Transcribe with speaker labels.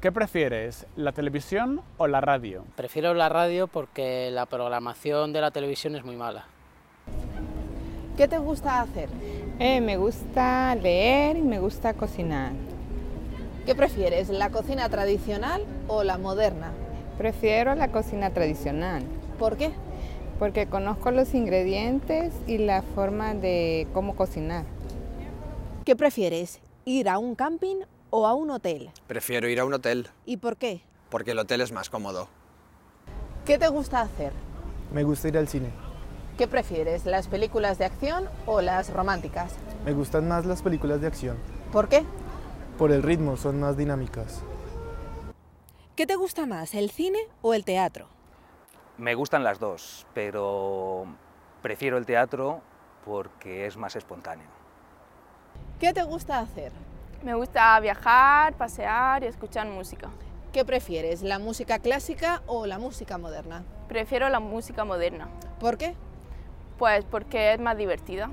Speaker 1: ¿Qué prefieres, la televisión o la radio?
Speaker 2: Prefiero la radio porque la programación de la televisión es muy mala.
Speaker 3: ¿Qué te gusta hacer?
Speaker 4: Eh, me gusta leer y me gusta cocinar.
Speaker 3: ¿Qué prefieres, la cocina tradicional o la moderna?
Speaker 4: Prefiero la cocina tradicional
Speaker 3: ¿Por qué?
Speaker 4: porque conozco los ingredientes y la forma de cómo cocinar.
Speaker 3: ¿Qué prefieres, ir a un camping o a un hotel?
Speaker 5: Prefiero ir a un hotel,
Speaker 3: ¿Y por qué?
Speaker 5: porque el hotel es más cómodo.
Speaker 3: ¿Qué te gusta hacer?
Speaker 6: Me gusta ir al cine.
Speaker 3: ¿Qué prefieres, las películas de acción o las románticas?
Speaker 6: Me gustan más las películas de acción.
Speaker 3: ¿Por qué?
Speaker 6: Por el ritmo, son más dinámicas.
Speaker 3: ¿Qué te gusta más, el cine o el teatro?
Speaker 7: Me gustan las dos, pero prefiero el teatro porque es más espontáneo.
Speaker 3: ¿Qué te gusta hacer?
Speaker 8: Me gusta viajar, pasear y escuchar música.
Speaker 3: ¿Qué prefieres, la música clásica o la música moderna?
Speaker 8: Prefiero la música moderna,
Speaker 3: ¿Por qué?
Speaker 8: pues porque es más divertida.